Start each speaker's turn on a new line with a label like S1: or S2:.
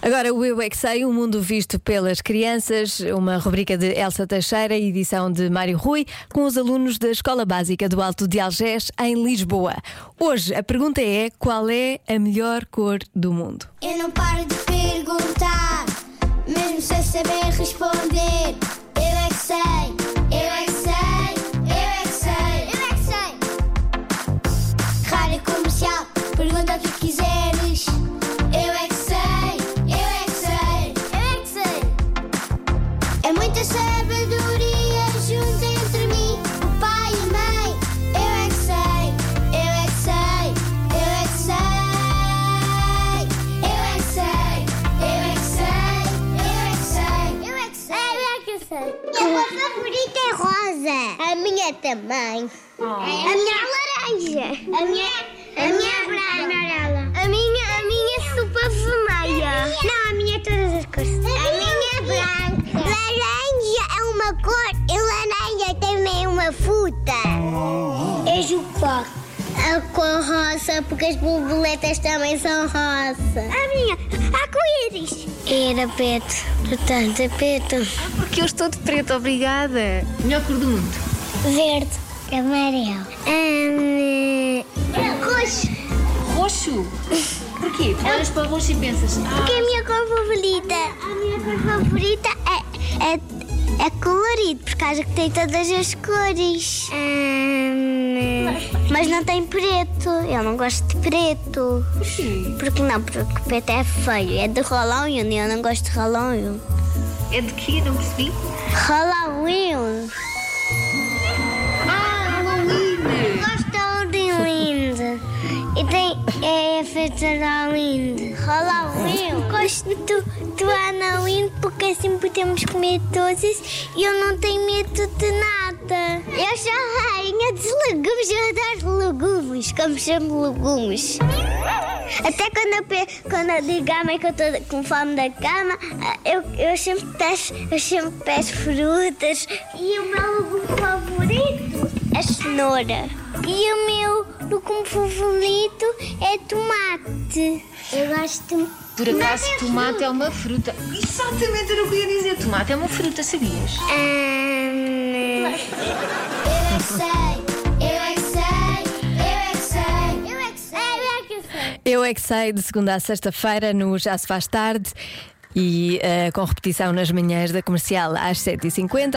S1: Agora o Eu é que Sei, o mundo visto pelas crianças, uma rubrica de Elsa Teixeira e edição de Mário Rui, com os alunos da Escola Básica do Alto de Algés, em Lisboa. Hoje a pergunta é: qual é a melhor cor do mundo?
S2: Eu não paro de perguntar, mesmo sem saber responder. Eu é que sei, eu é que sei, eu é que sei, eu é que sei. Rádio comercial, pergunta o que quiseres. Eu é que sei, eu é que sei, eu é que sei. É muita sabedoria junto entre mim, o pai e a mãe. Eu é que sei, eu é que sei, eu é que sei. Eu é que sei, eu é que sei, eu é que sei, eu é que sei. A minha cor favorita é rosa. A minha também. A minha laranja. Ah. A minha, a minha amarela. A minha, a minha é super vermelha. Não, a minha é todas as cores. A minha é branca. Laranja é uma cor e laranja também é uma fruta. É jupá. A É cor rosa, porque as borboletas também são rosa. A minha, a arco-íris. Era preto, portanto é preto.
S1: Porque eu estou de preto, obrigada.
S2: Verde. Amarelo. Hum, Roxo.
S3: Roxo? Porquê? Tu olhas para roxo e pensas. Ah,
S2: Porque a minha cor favorita. A minha cor favorita é, é, é colorido, por causa que tem todas as cores. mas não tem preto. Eu não gosto de preto.
S3: porquê?
S2: Porque não, porque preto é feio. É de Halloween e eu não gosto de Halloween.
S3: É de quê? Não percebi.
S2: Halloween. Ah, Halloween. Gosto de Halloween. E tem é feito de Halloween. Halloween. Gosto do, do Halloween porque assim podemos comer doces e eu não tenho medo de nada. Eu sou a rainha dos legumes, eu adoro legumes, como chamo legumes. Até quando eu, pe- quando eu digo à mãe que eu estou com fome da cama, ah, eu, eu, sempre peço, eu sempre peço frutas. E o meu legume favorito? A cenoura. E o meu legume favorito é tomate. Eu gosto
S3: Por acaso, tomate é uma fruta. Exatamente era o que eu ia dizer. Tomate é uma fruta, sabias?
S2: Eu
S3: Hum,
S2: é que sei, eu é que sei, eu é que sei, eu é que sei, eu é que sei.
S1: Eu é que Sei, de segunda a sexta-feira, no Já Se Faz Tarde e eh, com repetição nas manhãs da comercial às 7h50.